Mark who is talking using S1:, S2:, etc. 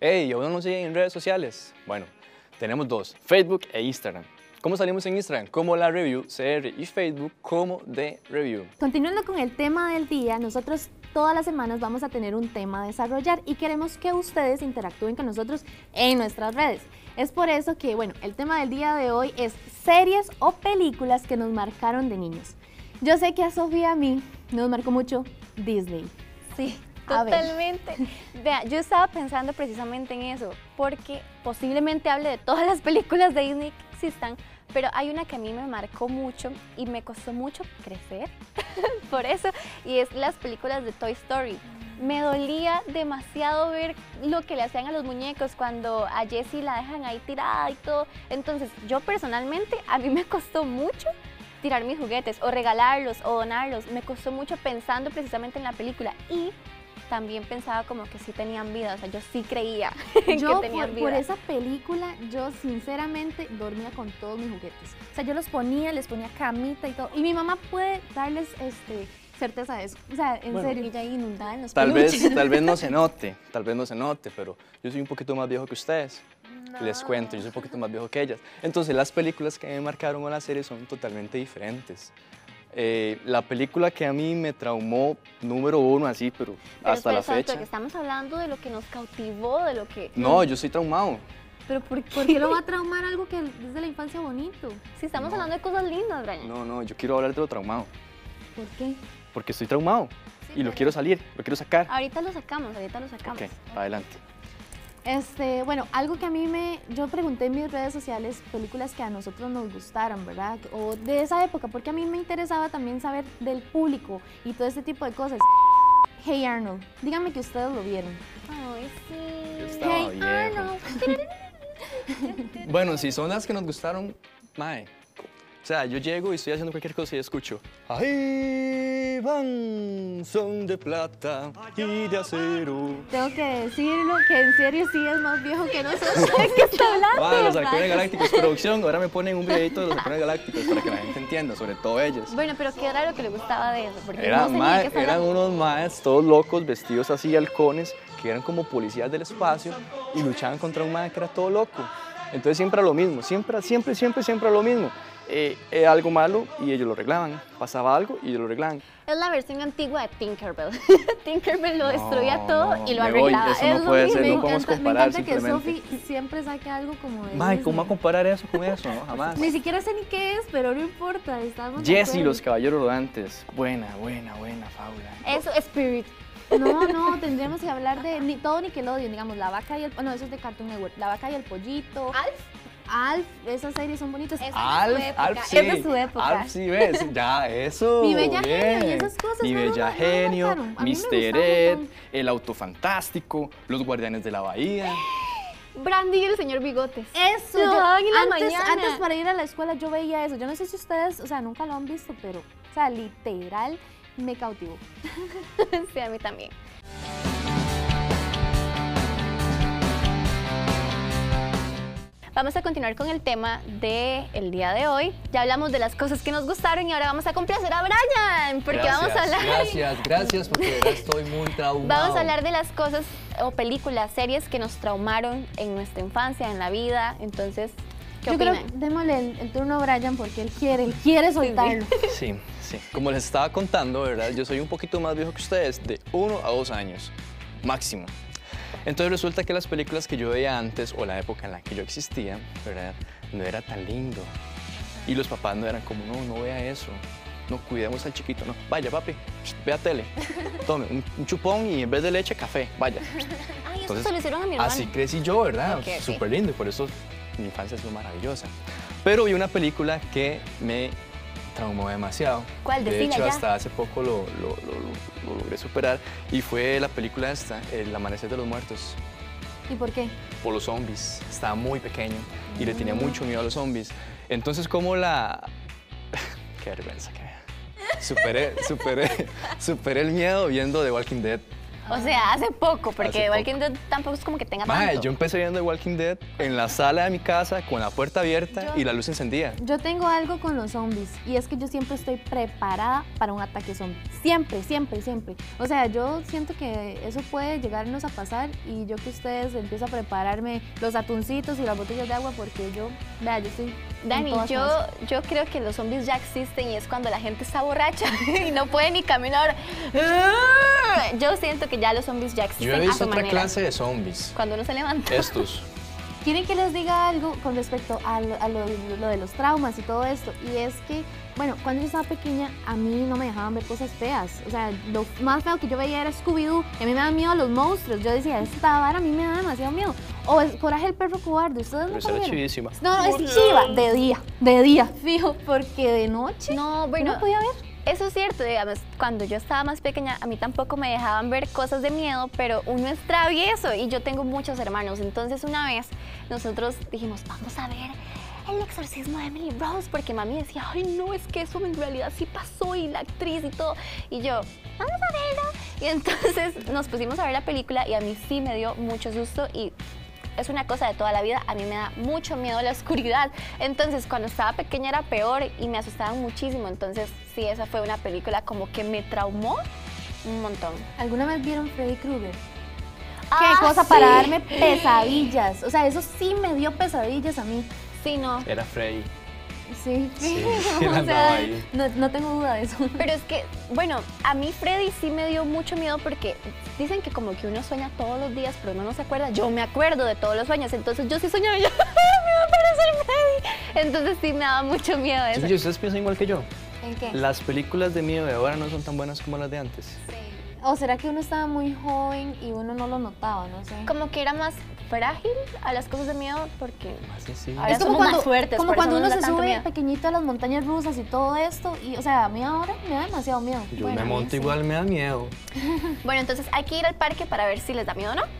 S1: hey, ¿aún no nos siguen en redes sociales? Bueno, tenemos dos, Facebook e Instagram. ¿Cómo salimos en Instagram? Como La Review CR y Facebook como The Review.
S2: Continuando con el tema del día, nosotros todas las semanas vamos a tener un tema a desarrollar y queremos que ustedes interactúen con nosotros en nuestras redes. Es por eso que, bueno, el tema del día de hoy es series o películas que nos marcaron de niños. Yo sé que a Sofía y a mí nos marcó mucho Disney.
S3: Sí,
S2: A ver.
S3: totalmente. Vea, yo estaba pensando precisamente en eso, porque posiblemente hable de todas las películas de Disney que existan, pero hay una que a mí me marcó mucho y me costó mucho crecer por eso, y es las películas de Toy Story. Me dolía demasiado ver lo que le hacían a los muñecos cuando a Jessie la dejan ahí tirada y todo. Entonces, yo personalmente, a mí me costó mucho tirar mis juguetes o regalarlos o donarlos. Me costó mucho pensando precisamente en la película y también pensaba como que sí tenían vida, o sea, yo sí creía en
S2: Yo
S3: que tenían
S2: por,
S3: vida.
S2: por esa película, yo sinceramente dormía con todos mis juguetes. O sea, yo los ponía, les ponía camita y todo. Y mi mamá puede darles este, certeza de eso. O sea, en
S1: Bueno.
S2: serio.
S3: Ella inundada en los
S1: Tal vez,
S3: peluches.
S1: tal vez no se note, tal vez no se note, pero yo soy un poquito más viejo que ustedes. Les cuento, yo soy un poquito más viejo que ellas. Entonces, las películas que me marcaron o las series son totalmente diferentes. Eh, la película que a mí me traumó, número uno, así, pero,
S3: Pero
S1: hasta la
S3: espera, Santo,
S1: fecha.
S3: que estamos hablando de lo que nos cautivó, de lo que...
S1: No, yo soy traumado.
S2: Pero ¿por qué? ¿por qué lo va a traumar algo que es de la infancia bonito?
S3: Si estamos
S1: No.
S3: hablando de cosas lindas, Brian.
S1: No, no, yo quiero hablar de lo traumado,
S2: ¿Por qué?
S1: porque estoy traumado y lo quiero salir, lo quiero sacar.
S3: Ahorita lo sacamos, ahorita lo sacamos.
S1: Ok, adelante.
S2: Este, bueno, algo que a mí me, yo pregunté en mis redes sociales películas que a nosotros nos gustaron, ¿verdad? O de esa época, porque a mí me interesaba también saber del público y todo este tipo de cosas. Hey Arnold, dígame que ustedes lo vieron.
S3: Ay, sí.
S1: Yo estaba
S3: Hey,
S1: viejo. Bueno, si son las que nos gustaron, mae. O sea, yo llego y estoy haciendo cualquier cosa y escucho. Ahí van, son de plata y de acero.
S2: Tengo que decirlo que en serio sí es más viejo que nosotros.
S1: Ah, los halcones galácticos, producción. Ahora me ponen un videito de los halcones galácticos para que la gente entienda, sobre todo ellos.
S3: Bueno, pero ¿qué era lo que le gustaba de eso? Porque no
S1: Eran,
S3: sé ni
S1: mae-
S3: de qué están
S1: eran
S3: hablando.
S1: unos maes todos locos, vestidos así, halcones, que eran como policías del espacio y luchaban contra un mae que era todo loco. Entonces siempre a lo mismo, siempre, siempre, siempre, siempre a lo mismo. Eh, eh, algo malo y ellos lo arreglaban. Pasaba algo y ellos lo arreglaban.
S3: Es la versión antigua de Tinkerbell. Tinkerbell lo destruía
S1: No,
S3: todo
S1: no,
S3: y lo
S1: me voy,
S3: arreglaba.
S1: eso no
S3: Es lo
S1: puede
S3: mismo.
S1: ser,
S2: me,
S1: no
S2: encanta,
S1: podemos
S2: me
S1: comparar
S2: encanta que
S1: simplemente.
S2: Sophie siempre saque algo como de
S1: Mae,
S2: Disney.
S1: ¿cómo va a comparar eso con eso? No, jamás.
S2: Ni siquiera sé ni qué es, pero no importa, estamos de
S1: Jesse y
S2: acuerdo.
S1: los caballeros rodantes. Buena, buena, buena fábula.
S3: Eso, Spirit.
S2: No, no, tendríamos que hablar de ni, todo Nickelodeon, digamos, la vaca y el... No, eso es de Cartoon Network. La vaca y el pollito,
S3: Alf.
S2: Alf, esas series son bonitas.
S3: Ah. Es-
S1: Alf, Alf
S3: su época,
S1: sí.
S3: es de su época.
S1: Alf sí, ves. Ya, eso.
S2: Mi Bella Genio y
S1: bien.
S2: esas cosas
S1: Mi
S2: no, no,
S1: Bella
S2: no me
S1: Genio,
S2: marcaron. A mí me
S1: Mister
S2: gustaban un
S1: Ed,
S2: montón.
S1: El Auto Fantástico, Los Guardianes de la Bahía.
S3: Brandy y el señor Bigotes.
S2: Eso,
S3: Lo
S2: yo-
S3: daban en la
S2: antes,
S3: mañana.
S2: antes para ir a la escuela yo veía eso. Yo no sé si ustedes, o sea, nunca lo han visto, pero, o sea, literal me cautivó.
S3: Sí, a mí también. Vamos a continuar con el tema del día de hoy. Ya hablamos de las cosas que nos gustaron y ahora vamos a complacer a Brian, porque vamos a hablar.
S1: Gracias, gracias, porque de verdad estoy muy traumado.
S3: Vamos a hablar de las cosas o películas, series que nos traumaron en nuestra infancia, en la vida. Entonces, ¿qué
S2: yo
S3: opinan?
S2: creo, démosle el, el turno a Brian porque él quiere, él quiere soltarlo.
S1: Sí, sí. Como les estaba contando, ¿verdad? Yo soy un poquito más viejo que ustedes, de uno a dos años, máximo. Entonces resulta que las películas que yo veía antes o la época en la que yo existía, ¿verdad? No era tan lindo. Y los papás no eran como, no, no vea eso. No, cuidemos al chiquito, no. Vaya, papi, vea tele. Tome un, un chupón y en vez de leche, café. Vaya.
S3: Ay, eso
S1: Entonces,
S3: se lo hicieron a mi hermano.
S1: Así crecí yo, ¿verdad?
S3: Ok, ok.
S1: Súper lindo y por eso mi infancia es maravillosa. Pero vi una película que me traumó demasiado.
S3: ¿Cuál?
S1: De
S3: Decila
S1: hecho,
S3: ya.
S1: hasta hace poco lo, lo- lo- lo- lo logré superar y fue la película esta, El Amanecer de los Muertos,
S2: ¿Y por qué?
S1: por los zombies. Estaba muy pequeño y le tenía mucho miedo a los zombies. Entonces, como la... qué vergüenza que me da. Superé, superé, superé el miedo viendo The Walking Dead.
S3: O sea, hace poco, porque
S1: Hace
S3: The Walking Dead tampoco es como que tenga
S1: Mae,
S3: tanto.
S1: yo empecé viendo The Walking Dead en la sala de mi casa con la puerta abierta
S2: Yo-
S1: y la luz encendida.
S2: Yo tengo algo con los zombies y es que yo siempre estoy preparada para un ataque zombie. Siempre, siempre, siempre. O sea, yo siento que eso puede llegarnos a pasar y yo que ustedes empiezo a prepararme los atuncitos y las botellas de agua porque yo, vea, yo estoy. en
S3: Dani,
S2: todas
S3: yo,
S2: más.
S3: yo creo que los zombies ya existen y es cuando la gente está borracha y no puede ni caminar. Yo siento que ya los zombies ya existen.
S1: Ah. Yo he
S3: a su
S1: visto otra
S3: manera.
S1: clase Eh, de zombies.
S3: Cuando uno se levanta.
S1: Estos.
S2: Quieren que les diga algo con respecto a, lo, a lo- lo de los traumas y todo esto. Y es que, bueno, cuando yo estaba pequeña, a mí no me dejaban ver cosas feas. O sea, lo más feo que yo veía era Scooby-Doo. Y a mí me daban miedo los monstruos. Yo decía, esta vara a mí me da demasiado miedo. O es Coraje el perro cobarde. ¿Ustedes
S1: Pero
S2: no
S1: esa era
S2: vieron?
S1: chivísima.
S2: No, es chiva. De día, de día, fijo. Porque de noche
S3: No,
S2: no
S3: bueno,
S2: podía ver.
S3: eso es cierto, digamos, cuando yo estaba más pequeña a mí tampoco me dejaban ver cosas de miedo, pero uno es travieso y yo tengo muchos hermanos, entonces una vez nosotros dijimos, vamos a ver el exorcismo de Emily Rose, porque mami decía, ay no, es que eso en realidad sí pasó y la actriz y todo, y yo, vamos a verlo, y entonces nos pusimos a ver la película y a mí sí me dio mucho susto y es una cosa de toda la vida. A mí me da mucho miedo la oscuridad. Entonces, cuando estaba pequeña era peor y me asustaban muchísimo. Entonces, sí, esa fue una película como que me traumó un montón. Ah,
S2: ¿Alguna vez vieron Freddy Krueger? Ah,
S3: ¿Qué
S2: Qué cosa para darme pesadillas. O sea, eso sí me dio pesadillas a mí.
S3: Sí, no.
S1: Era Freddy.
S2: Sí,
S1: Sí,
S2: o
S1: él andaba
S2: sea,
S1: ahí.
S2: no, no tengo duda de eso.
S3: Pero es que, bueno, a mí Freddy sí me dio mucho miedo porque dicen que como que uno sueña todos los días, pero uno no se acuerda. Yo me acuerdo de todos los sueños, entonces yo sí soñaba y yo, me va a aparecer Freddy. Entonces sí me daba mucho miedo eso.
S1: Chiquillos, ¿ustedes piensan igual que yo?
S2: ¿En qué?
S1: Las películas de miedo de ahora no son tan buenas como las de antes.
S2: ¿O será que uno estaba muy joven y uno no lo notaba? No sé.
S3: Como que era más frágil a las cosas de miedo porque
S1: Más sencillo.
S3: Ahora somos más fuertes,
S2: como
S3: por eso
S2: cuando
S3: no
S2: uno
S3: nos
S2: se
S3: da tanto
S2: sube
S3: miedo.
S2: pequeñito a las montañas rusas y todo esto. Y, o sea, a mí ahora me da demasiado miedo.
S1: Yo
S3: Bueno,
S1: me
S3: a mí
S1: monto
S3: sí.
S1: igual, me da miedo.
S3: Bueno, entonces hay que ir al parque para ver si les da miedo o no.